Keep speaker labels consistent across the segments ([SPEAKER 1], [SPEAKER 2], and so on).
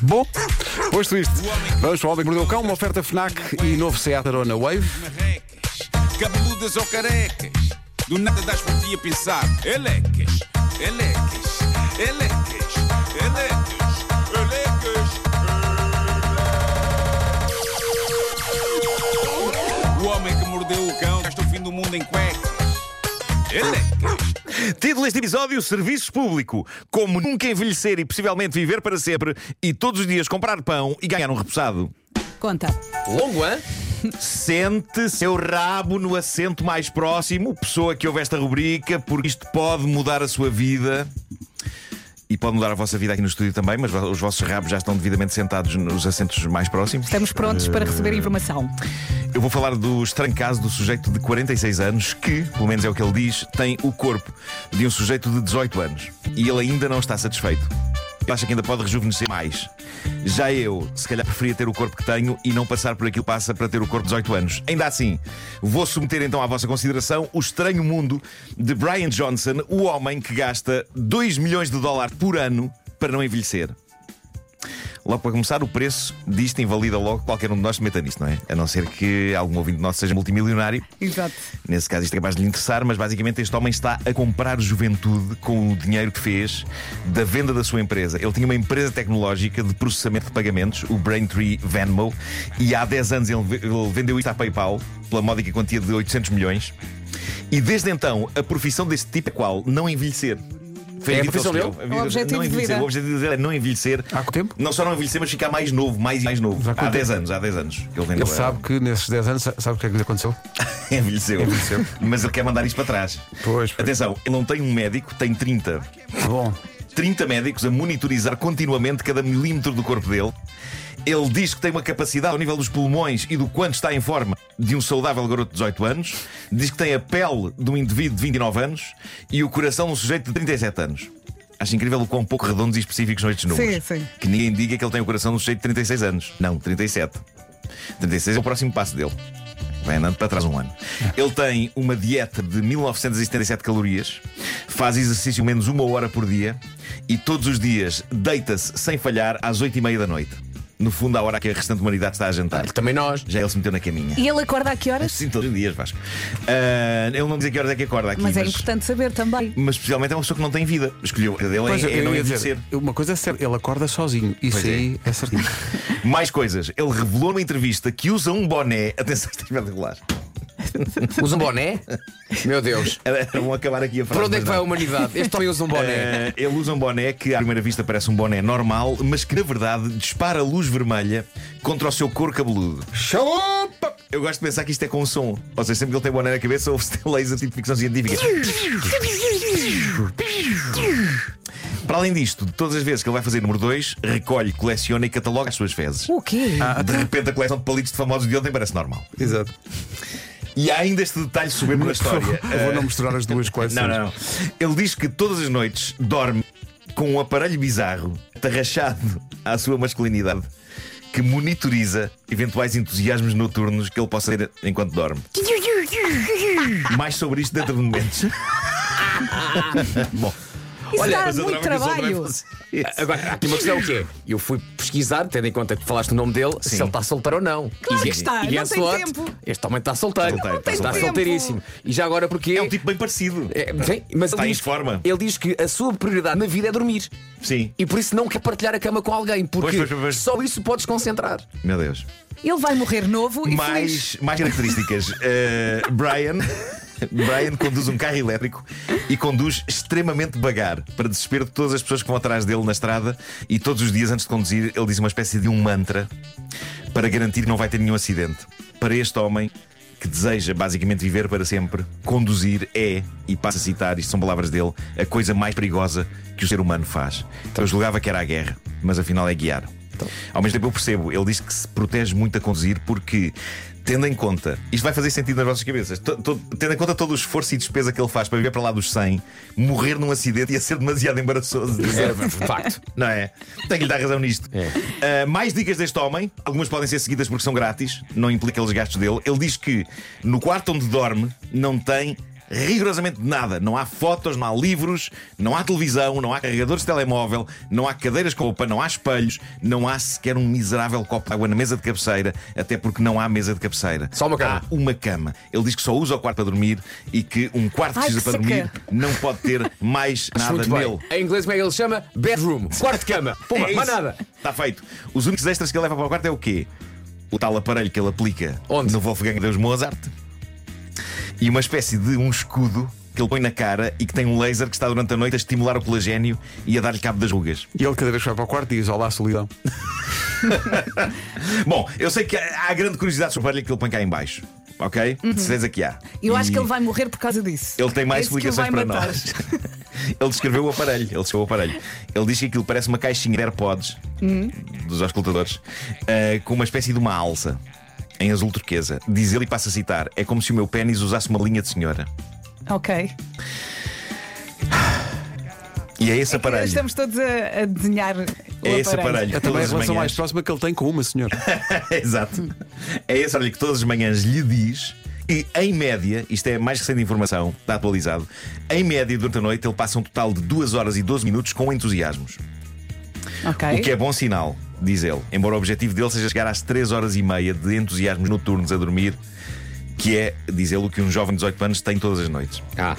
[SPEAKER 1] Bom, posto isto, vamos para o Homem que Mordeu o Cão, uma oferta FNAC e novo Seat Arona Wave.
[SPEAKER 2] marrecas, cabeludas ou carecas. Do nada das por ti a pensar. Elecas, elecas, elecas, elecas, elecas. O homem que mordeu o cão gasta o fim do mundo em cuecas. Elecas.
[SPEAKER 3] Título deste episódio: Serviço Público. Como nunca envelhecer e possivelmente viver para sempre e todos os dias comprar pão e ganhar um repousado.
[SPEAKER 4] Conta.
[SPEAKER 5] Longo, hã?
[SPEAKER 3] Sente seu rabo no assento mais próximo, pessoa que ouve esta rubrica, porque isto pode mudar a sua vida. E pode mudar a vossa vida aqui no estúdio também, mas os vossos rabos já estão devidamente sentados nos assentos mais próximos.
[SPEAKER 4] Estamos prontos para receber
[SPEAKER 3] Eh,
[SPEAKER 4] informação.
[SPEAKER 3] Eu vou falar do estranho caso do sujeito de 46 anos que, pelo menos é o que ele diz, tem o corpo de um sujeito de 18 anos. E ele ainda não está satisfeito. Ele acha que ainda pode rejuvenescer mais. Já eu, se calhar, preferia ter o corpo que tenho e não passar por aquilo que passa para ter o corpo de 18 anos. Ainda assim, vou submeter então à vossa consideração o estranho mundo de Brian Johnson, o homem que gasta 2 milhões de dólares por ano para não envelhecer. Logo para começar, o preço disto invalida logo qualquer um de nós se meta nisto, não é? A não ser que algum ouvinte nosso seja multimilionário.
[SPEAKER 4] Exato.
[SPEAKER 3] Nesse caso, isto é capaz de lhe interessar, mas basicamente este homem está a comprar juventude com o dinheiro que fez da venda da sua empresa. Ele tinha uma empresa tecnológica de processamento de pagamentos, o Braintree Venmo, e há 10 anos ele ve- ele vendeu isto à PayPal pela módica quantia de 800 milhões. E desde então, a profissão deste tipo é qual? Não envelhecer. Foi
[SPEAKER 5] É a
[SPEAKER 3] vida que ele
[SPEAKER 5] profissão dele?
[SPEAKER 3] escolheu. A vida-
[SPEAKER 4] O objetivo
[SPEAKER 3] não
[SPEAKER 4] de
[SPEAKER 3] envelhecer.
[SPEAKER 4] vida.
[SPEAKER 3] O objetivo dele é não envelhecer.
[SPEAKER 1] Há quanto tempo?
[SPEAKER 3] Não só não envelhecer, mas ficar mais novo, mais e mais novo.
[SPEAKER 1] Há quanto
[SPEAKER 3] Há 10 anos, há 10 anos. que Ele, vendeu
[SPEAKER 1] Ele
[SPEAKER 3] a-
[SPEAKER 1] sabe que nesses 10 anos, sa- sabe o que é que lhe aconteceu?
[SPEAKER 3] Envelheceu. Mas ele quer mandar isto para trás.
[SPEAKER 1] Pois, pois.
[SPEAKER 3] Atenção, ele não tem um médico, tem 30.
[SPEAKER 1] Bom,
[SPEAKER 3] 30 médicos a monitorizar continuamente cada milímetro do corpo dele. Ele diz que tem uma capacidade ao nível dos pulmões e do quanto está em forma de um saudável garoto de 18 anos. Diz que tem a pele de um indivíduo de 29 anos e o coração de um sujeito de 37 anos. Acho incrível o quão pouco redondos e específicos são estes números.
[SPEAKER 4] Sim, sim.
[SPEAKER 3] Que ninguém diga que ele tem o coração de um sujeito de 36 anos. Não, 37. 36 é o próximo passo dele. Vai andando para trás um ano. Ele tem uma dieta de 1977 calorias, faz exercício menos uma hora por dia e todos os dias deita-se sem falhar às 8 e meia da noite. No fundo, à hora que a restante humanidade está a jantar.
[SPEAKER 5] Também nós.
[SPEAKER 3] Já ele se meteu na caminha.
[SPEAKER 4] E ele acorda a que horas?
[SPEAKER 3] Sim, todos os dias, Vasco. Ah, ele não diz a que horas é que acorda aqui.
[SPEAKER 4] Mas é importante saber também.
[SPEAKER 3] mas especialmente é uma pessoa que não tem vida. Escolheu a vida dele
[SPEAKER 1] pois
[SPEAKER 3] é, é não
[SPEAKER 1] ia dizer,
[SPEAKER 3] envelhecer.
[SPEAKER 1] uma coisa é certa, ele acorda sozinho. Isso
[SPEAKER 3] Pois é.
[SPEAKER 1] aí é, certinho.
[SPEAKER 3] Mais coisas. Ele revelou numa entrevista que usa um boné. Atenção, isto é espetacular.
[SPEAKER 5] Usa um boné? Meu Deus.
[SPEAKER 3] Era- Ah, Vão acabar aqui a frase.
[SPEAKER 5] Para onde é que
[SPEAKER 3] mas
[SPEAKER 5] vai a
[SPEAKER 3] não.
[SPEAKER 5] humanidade? Este homem usa um
[SPEAKER 1] É,
[SPEAKER 5] boné.
[SPEAKER 3] Eh, ele usa um boné que à primeira vista parece um boné normal, mas que na verdade dispara luz vermelha contra o seu couro cabeludo.
[SPEAKER 5] Chalupa!
[SPEAKER 3] Eu gosto de pensar que isto é com som. Ou seja, sempre que ele tem boné na cabeça, ouve-se laser tipo ficção científica. Para além disto, de todas as vezes que ele vai fazer número 2, recolhe, coleciona e cataloga as suas fezes.
[SPEAKER 4] O quê?
[SPEAKER 3] De repente, a coleção de palitos de famosos de ontem parece normal.
[SPEAKER 1] Exato.
[SPEAKER 3] E há ainda este detalhe soberbo na história.
[SPEAKER 1] Vou não misturar as duas coisas.
[SPEAKER 3] Não, não, não. Ele diz que todas as noites dorme com um aparelho bizarro, atarrachado à sua masculinidade, que monitoriza eventuais entusiasmos noturnos que ele possa ter enquanto dorme. Mais sobre isto dentro de momentos. Bom.
[SPEAKER 4] Isso dá
[SPEAKER 3] mas eu
[SPEAKER 4] muito
[SPEAKER 3] adorava que
[SPEAKER 4] trabalho.
[SPEAKER 3] o Zé também fosse isso.
[SPEAKER 5] Agora, há aqui uma questão que é: eu fui pesquisar, tendo em conta que falaste o nome dele, se
[SPEAKER 3] Sim.
[SPEAKER 5] ele está solteiro ou não.
[SPEAKER 4] Claro
[SPEAKER 5] e,
[SPEAKER 4] que está,
[SPEAKER 5] e
[SPEAKER 4] não
[SPEAKER 5] a
[SPEAKER 4] tem
[SPEAKER 5] sorte,
[SPEAKER 4] tempo.
[SPEAKER 5] Este homem está solteiro.
[SPEAKER 3] Solteiro, está
[SPEAKER 5] está
[SPEAKER 4] solteiro.
[SPEAKER 5] solteiríssimo. E já agora porque
[SPEAKER 3] É um tipo bem parecido.
[SPEAKER 5] mas
[SPEAKER 3] Está
[SPEAKER 5] ele
[SPEAKER 3] em
[SPEAKER 5] diz,
[SPEAKER 3] forma.
[SPEAKER 5] Ele diz que a sua prioridade na vida é dormir.
[SPEAKER 3] Sim.
[SPEAKER 5] E por isso não quer partilhar a cama com alguém,
[SPEAKER 3] Pois,
[SPEAKER 5] porque
[SPEAKER 3] pois, pois, pois.
[SPEAKER 5] só isso podes concentrar.
[SPEAKER 3] Meu Deus.
[SPEAKER 4] Ele vai morrer novo e feliz.
[SPEAKER 3] mais, mais características. Eh, Brian. Brian conduz um carro elétrico e conduz extremamente devagar, para desespero de todas as pessoas que vão atrás dele na estrada. E todos os dias, antes de conduzir, ele diz uma espécie de um mantra para garantir que não vai ter nenhum acidente. Para este homem que deseja basicamente viver para sempre, conduzir é, e passo a citar, isto são palavras dele, a coisa mais perigosa que o ser humano faz. Eu julgava que era a guerra, mas afinal é guiar. Ao mesmo tempo eu percebo, ele diz que se protege muito a conduzir porque, tendo em conta, isto vai fazer sentido nas vossas cabeças, to- to- tendo em conta todo o esforço e despesa que ele faz para viver para lá dos 100, morrer num acidente ia ser demasiado embaraçoso.
[SPEAKER 5] É, de facto. É.
[SPEAKER 3] Não é? Tem que lhe dar razão nisto. Ah, mais dicas deste homem, algumas podem ser seguidas porque são grátis, não implica os gastos dele. Ele diz que no quarto onde dorme não tem rigorosamente nada. Não há fotos, não há livros, não há televisão, não há carregadores de telemóvel, não há cadeiras com roupa, não há espelhos, não há sequer um miserável copo de água na mesa de cabeceira, até porque não há mesa de cabeceira.
[SPEAKER 5] Só uma
[SPEAKER 3] Há
[SPEAKER 5] cama.
[SPEAKER 3] uma cama. Ele diz que só usa o quarto para dormir e que um quarto
[SPEAKER 4] Ai,
[SPEAKER 3] que precisa para
[SPEAKER 4] que
[SPEAKER 3] dormir
[SPEAKER 4] seca.
[SPEAKER 3] não pode ter mais nada
[SPEAKER 5] Muito bem.
[SPEAKER 3] nele. É
[SPEAKER 5] Em inglês, como é que ele chama? Bedroom. Quarto de cama. Pumba, mais nada.
[SPEAKER 3] Está Tá feito. Os únicos extras que ele leva para o quarto é o quê? O tal aparelho que ele aplica
[SPEAKER 5] Onde?
[SPEAKER 3] no Wolfgang Deus Mozart e uma espécie de um escudo que ele põe na cara e que tem um laser que está durante a noite a estimular o colagênio e a dar-lhe cabo das rugas.
[SPEAKER 1] E ele cada vez que vai para o quarto diz: Olá, solidão.
[SPEAKER 3] Bom, eu sei que há há grande curiosidade sobre o aparelho que ele põe cá em baixo. Ok? De certeza que há.
[SPEAKER 4] Uhum. Eu acho
[SPEAKER 3] E
[SPEAKER 4] que ele vai morrer por causa disso.
[SPEAKER 3] Ele tem mais
[SPEAKER 4] É isso que o
[SPEAKER 3] explicações para
[SPEAKER 4] vai matar.
[SPEAKER 3] nós. ele descreveu o aparelho. Ele descreveu o aparelho. Ele diz que aquilo parece uma caixinha de AirPods
[SPEAKER 4] Uhum.
[SPEAKER 3] dos auscultadores eh, com uma espécie de uma alça em azul turquesa. Diz ele e passa a citar: é como se o meu pênis usasse uma linha de senhora.
[SPEAKER 4] Ok.
[SPEAKER 3] E é esse
[SPEAKER 4] É que
[SPEAKER 3] aparelho.
[SPEAKER 4] Estamos todos a, a desenhar. o
[SPEAKER 3] É esse aparelho.
[SPEAKER 1] É também a
[SPEAKER 3] Todas as
[SPEAKER 1] relação mais
[SPEAKER 3] manhãs.
[SPEAKER 1] próxima que ele tem com uma senhora.
[SPEAKER 3] Exato. É esse olho que todas as manhãs lhe diz. que em média, isto é a mais recente informação, está atualizado. Em média, durante a noite, ele passa um total de 2 horas e 12 minutos com entusiasmos.
[SPEAKER 4] Ok.
[SPEAKER 3] O que é bom sinal, diz ele. Embora o objetivo dele seja chegar às 3 horas e meia de entusiasmos noturnos a dormir, que é, diz ele, o que um jovem de 18 anos tem todas as noites.
[SPEAKER 5] Ah.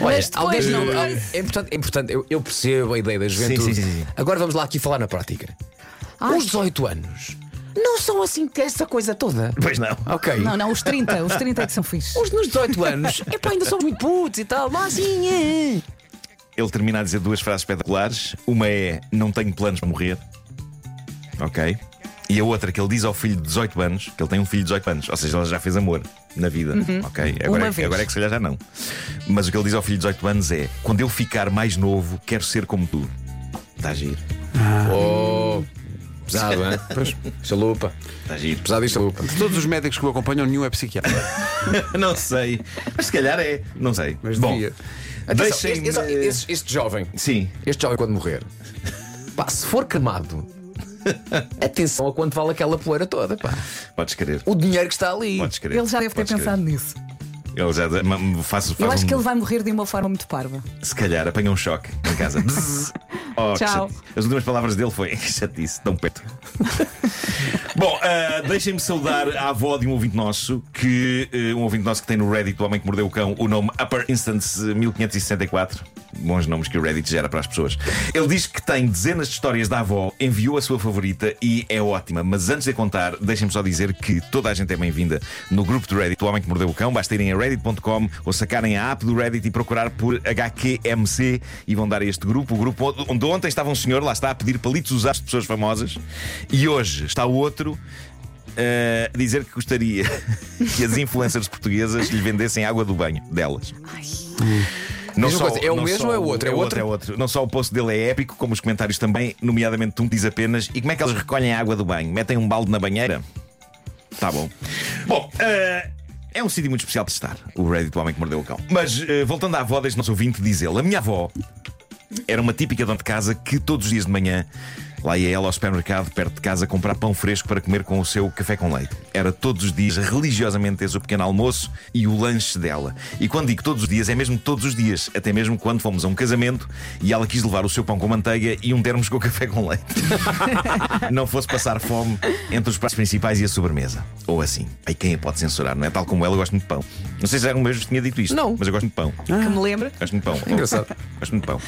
[SPEAKER 4] Mas depois não
[SPEAKER 5] não-
[SPEAKER 4] vai.
[SPEAKER 5] É importante, é importante eu, eu percebo a ideia da juventude.
[SPEAKER 3] sim, sim, sim.
[SPEAKER 5] Agora vamos lá aqui falar na prática.
[SPEAKER 4] Ai.
[SPEAKER 5] Os 18 anos não são assim essa coisa toda.
[SPEAKER 3] Pois não.
[SPEAKER 5] Ok.
[SPEAKER 4] Não, não, os 30. Os 30 é que são fixos.
[SPEAKER 5] Os nos 18 anos, é pá, ainda somos muito putos e tal, mas assim é.
[SPEAKER 3] Ele termina a dizer duas frases espetaculares. Uma é: Não tenho planos para morrer. Ok. E a outra que ele diz ao filho de 18 anos, que ele tem um filho de 18 anos, ou seja, ele já fez amor na vida. Ok. Agora,
[SPEAKER 4] Uhum. Uma
[SPEAKER 3] é-
[SPEAKER 4] vez.
[SPEAKER 3] agora é que se calhar já não. Mas o que ele diz ao filho de 18 anos é: Quando eu ficar mais novo, quero ser como tu. Está giro.
[SPEAKER 5] Oh, pesado, hein? Chalupa.
[SPEAKER 3] Está Tá giro.
[SPEAKER 5] Pesado e chalupa.
[SPEAKER 1] De todos os médicos que o acompanham, nenhum é psiquiatra.
[SPEAKER 3] Não sei. Mas se calhar é. Não sei.
[SPEAKER 1] Mas
[SPEAKER 3] Bom,
[SPEAKER 1] devia.
[SPEAKER 5] Atenção,
[SPEAKER 3] deixem-me.
[SPEAKER 5] este, este- este jovem,
[SPEAKER 3] Sim.
[SPEAKER 5] este jovem quando morrer, pá, se for cremado, atenção a quanto vale aquela poeira toda, pá.
[SPEAKER 3] Podes querer.
[SPEAKER 5] O dinheiro que está ali.
[SPEAKER 3] Podes querer.
[SPEAKER 4] Ele já deve ter
[SPEAKER 3] Podes
[SPEAKER 4] pensado nisso.
[SPEAKER 3] Querer. Ele já. ma- Faz, faz
[SPEAKER 4] Eu acho
[SPEAKER 3] um-
[SPEAKER 4] que ele vai morrer de uma forma muito parva.
[SPEAKER 3] Se calhar apanha um choque em casa. Bzzz. Oh, que
[SPEAKER 4] Tchau.
[SPEAKER 3] chatice. As últimas palavras dele foi que chatice, tão perto. Bom, ah, deixem-me saudar a avó de um ouvinte nosso, que eh, um ouvinte nosso que tem no Reddit, o homem que mordeu o cão, o nome Upper Instance eh, 1564. Bons nomes que o Reddit gera para as pessoas. Ele diz que tem dezenas de histórias da avó, enviou a sua favorita e é ótima. Mas antes de a contar, deixem-me só dizer que toda a gente é bem-vinda no grupo do Reddit, o homem que mordeu o cão. Basta irem a reddit.com ou sacarem a app do Reddit e procurar por HQMC e vão dar a este grupo. O grupo onde- onde ontem estava um senhor, lá está, a pedir palitos usados de pessoas famosas e hoje está outro a eh, dizer que gostaria que as influencers portuguesas lhe vendessem água do banho delas. Não
[SPEAKER 5] Diz uma coisa, é o mesmo ou é o outro?
[SPEAKER 3] É
[SPEAKER 5] É
[SPEAKER 3] outro,
[SPEAKER 5] outro?
[SPEAKER 3] é outro. Não só o post dele é épico, como os comentários também, nomeadamente um que diz apenas: e como é que elas recolhem a água do banho? Metem um balde na banheira? Tá bom. Bom, eh, é um sítio muito especial de estar, o Reddit do Homem que Mordeu o Cão. Mas eh, voltando à avó deste nosso ouvinte, diz ele: a minha avó era uma típica dona de casa que todos os dias de manhã lá ia ela ao supermercado perto de casa comprar pão fresco para comer com o seu café com leite. Era todos os dias, religiosamente, esse o pequeno almoço e o lanche dela. E quando digo todos os dias, é mesmo todos os dias, até mesmo quando fomos a um casamento e ela quis levar o seu pão com manteiga e um dermos com café com leite não fosse passar fome entre os pratos principais e a sobremesa. Ou assim. Aí quem a pode censurar, não é? Tal como ela, eu gosto muito de pão. Não sei se já algum vez vos tinha dito isto,
[SPEAKER 4] Não.
[SPEAKER 3] mas eu gosto muito de pão.
[SPEAKER 4] Que me lembra.
[SPEAKER 3] Gosto muito de pão.
[SPEAKER 5] Engraçado.
[SPEAKER 3] Gosto muito de pão.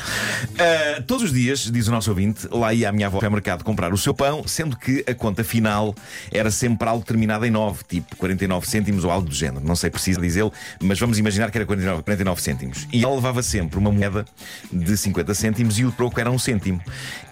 [SPEAKER 3] Ah, todos os dias, diz o nosso ouvinte, lá ia a minha avó ao mercado comprar o seu pão, sendo que a conta final era sempre algo terminado em 9, tipo 49 cêntimos ou algo do género. Não sei preciso diz ele, mas vamos imaginar que era 49, 49 cêntimos. E ela levava sempre uma moeda de 50 cêntimos e o troco era um cêntimo.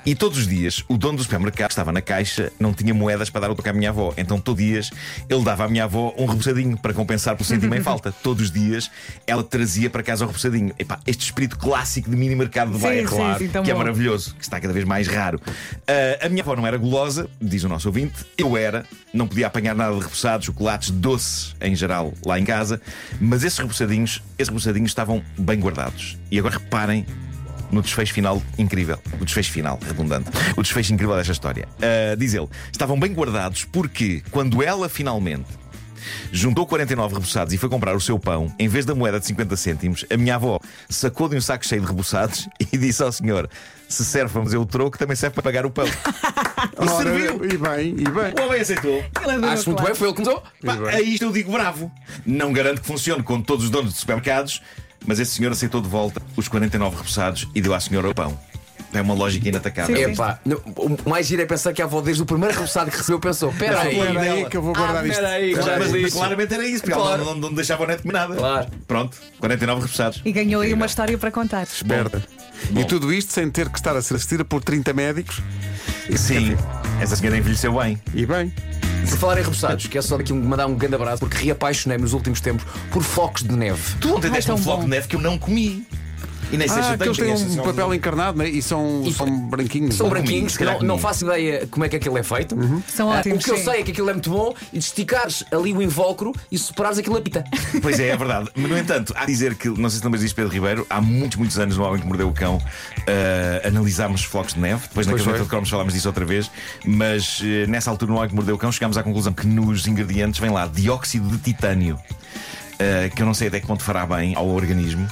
[SPEAKER 3] E todos os dias, o dono do supermercado que estava na caixa, não tinha moedas para dar o troco à minha avó. Então, todos os dias, ele dava à minha avó um repousadinho para compensar pelo cêntimo em falta. Todos os dias, ela trazia para casa o repousadinho. Epá, este espírito clássico de mini mercado de
[SPEAKER 4] Sim,
[SPEAKER 3] bairro,
[SPEAKER 4] sim, sim, tão
[SPEAKER 3] que é
[SPEAKER 4] bom.
[SPEAKER 3] maravilhoso, que está cada vez mais raro. Ah, a minha avó não era gulosa, diz o nosso ouvinte. Eu era, não podia apanhar nada de repousados, chocolates, doces em geral lá em casa, mas esses repousadinhos, esses repousadinhos estavam bem guardados. E agora reparem no desfecho final incrível. O desfecho final, redundante. O desfecho incrível desta história. Ah, diz ele, estavam bem guardados porque quando ela finalmente Juntou 49 reboçados e foi comprar o seu pão. Em vez da moeda de 50 cêntimos, a minha avó sacou de um saco cheio de reboçados e disse ao senhor: Se serve para fazer o troco, também serve para pagar o pão. e
[SPEAKER 1] Ora,
[SPEAKER 3] serviu.
[SPEAKER 1] E bem, e bem.
[SPEAKER 3] O homem aceitou.
[SPEAKER 5] Acho muito bem, foi ele que começou.
[SPEAKER 3] Pá, a isto eu digo bravo. Não garanto que funcione com todos os donos de supermercados, mas esse senhor aceitou de volta os 49 repousados e deu à senhora o pão. É uma lógica inatacável.
[SPEAKER 4] Sim.
[SPEAKER 5] É pá, não, o mais giro é pensar que a avó, desde o primeiro rebuçado que recebeu, pensou: Pera aí,
[SPEAKER 1] Espera aí
[SPEAKER 3] dela.
[SPEAKER 1] que eu vou guardar isto.
[SPEAKER 3] Mas,
[SPEAKER 5] guarda
[SPEAKER 3] mas
[SPEAKER 5] isto.
[SPEAKER 3] claramente era isso, porque
[SPEAKER 5] Claro.
[SPEAKER 3] ela não, não- não deixava o neto comer nada.
[SPEAKER 5] Claro.
[SPEAKER 3] Pronto, 49 repousados.
[SPEAKER 4] E ganhou aí uma história para contar.
[SPEAKER 1] Esperta. E
[SPEAKER 3] Bom.
[SPEAKER 1] tudo isto sem ter que estar a ser assistida por 30 médicos.
[SPEAKER 3] Sim, essa senhora envelheceu bem.
[SPEAKER 1] E bem.
[SPEAKER 5] Por falar em reboçados, que é só daqui mandar um grande abraço, porque reapaixonei-me nos últimos tempos por focos de neve.
[SPEAKER 3] Tu ontem deste
[SPEAKER 4] tão
[SPEAKER 3] um floco
[SPEAKER 4] bom.
[SPEAKER 3] de neve que eu não comi. E nem sei se
[SPEAKER 1] Ah,
[SPEAKER 3] eu tenho
[SPEAKER 1] aqueles têm
[SPEAKER 3] tenho essa-
[SPEAKER 1] um papel encarnado né? e são,
[SPEAKER 5] E-
[SPEAKER 1] são branquinhos.
[SPEAKER 5] São
[SPEAKER 1] não é?
[SPEAKER 5] branquinhos,
[SPEAKER 3] se calhar
[SPEAKER 5] não, não
[SPEAKER 3] comigo.
[SPEAKER 5] faço ideia como é que aquilo é feito.
[SPEAKER 4] São
[SPEAKER 5] Ah,
[SPEAKER 4] ótimos,
[SPEAKER 5] O que eu
[SPEAKER 4] sim.
[SPEAKER 5] sei é que aquilo é muito bom e de esticares ali o invólucro e soprares aquilo apita.
[SPEAKER 3] Pois é, é verdade. Mas, no entanto, há a dizer que, não sei se lembras disto, Pedro Ribeiro, há muitos, muitos anos, no Homem que Mordeu o Cão, ah, analisámos flocos de neve. Depois, na
[SPEAKER 1] Pois
[SPEAKER 3] caderneta
[SPEAKER 1] foi.
[SPEAKER 3] de cromos, falámos disso outra vez. Mas, eh, nessa altura, no Homem que Mordeu o Cão, chegámos à conclusão que nos ingredientes vem lá dióxido de titânio. ah, que eu não sei até que ponto fará bem ao organismo.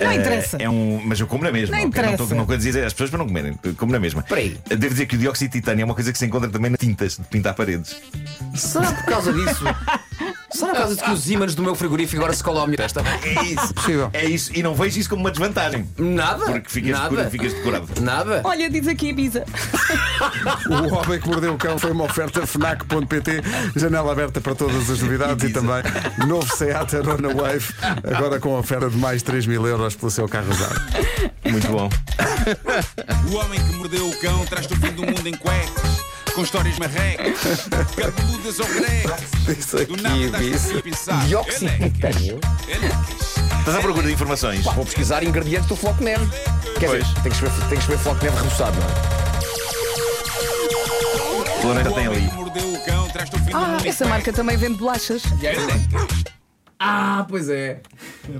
[SPEAKER 4] Não
[SPEAKER 3] Ah,
[SPEAKER 4] interessa.
[SPEAKER 3] É um, mas eu como na mesma. ok?
[SPEAKER 4] Não
[SPEAKER 3] não estou
[SPEAKER 4] interessa.
[SPEAKER 3] não estou a dizer às pessoas para não comerem. Como na mesma. Eh,
[SPEAKER 5] Espera aí.
[SPEAKER 3] Devo dizer que o dióxido de titânio é uma coisa que se encontra também nas tintas de pintar paredes.
[SPEAKER 5] Será por causa disso? Será por causa de que os ímãs do meu frigorífico agora se colam à minha testa?
[SPEAKER 3] É isso.
[SPEAKER 1] Possível.
[SPEAKER 3] É isso. E não vejo isso como uma desvantagem.
[SPEAKER 5] Nada.
[SPEAKER 3] Porque ficas,
[SPEAKER 5] nada.
[SPEAKER 3] decorado, ficas decorado.
[SPEAKER 5] Nada.
[SPEAKER 4] Olha, diz aqui a Ibiza.
[SPEAKER 1] O Homem que Mordeu o Cão foi uma oferta FNAC.pt, janela aberta para todas as novidades e também novo Seat Arona Wave, agora com oferta de mais 3 mil euros pelo seu carro usado.
[SPEAKER 3] Muito bom.
[SPEAKER 2] O homem que mordeu o cão traz-te o fim do mundo em cuecas, com histórias marrecas, cabeludas ou gregas.
[SPEAKER 1] Isso aqui,
[SPEAKER 2] Do nada das
[SPEAKER 1] isso.
[SPEAKER 2] por ti a pensar.
[SPEAKER 5] Dióxido de
[SPEAKER 2] Elecas,
[SPEAKER 5] titânio.
[SPEAKER 2] elecas,
[SPEAKER 3] Estás à procura de informações?
[SPEAKER 5] Vou pesquisar ingredientes do floco de neve. Quer dizer, tem que escrever, tem que escrever floco de neve rebuçado, não é?
[SPEAKER 3] Floresta
[SPEAKER 2] O
[SPEAKER 3] tem
[SPEAKER 2] homem
[SPEAKER 3] ali.
[SPEAKER 2] que mordeu o cão traz-te o fim do
[SPEAKER 4] Ah,
[SPEAKER 2] mundo em
[SPEAKER 4] essa marca também vende bolachas.
[SPEAKER 2] cuecas, elecas.
[SPEAKER 5] Ah, pois é.
[SPEAKER 3] É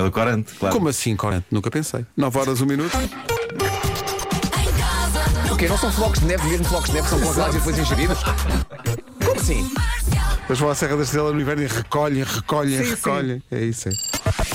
[SPEAKER 3] do corante, claro.
[SPEAKER 1] Como assim, Corante? Nunca pensei. 9 horas, 1 minuto.
[SPEAKER 5] Ok, não são flocos de neve, mesmo flocos de neve são congelados e depois ingeridos? Como assim?
[SPEAKER 1] Depois vão à Serra da Estrela no inverno e recolhem, recolhem,
[SPEAKER 4] Sim,
[SPEAKER 1] recolhem. É isso aí.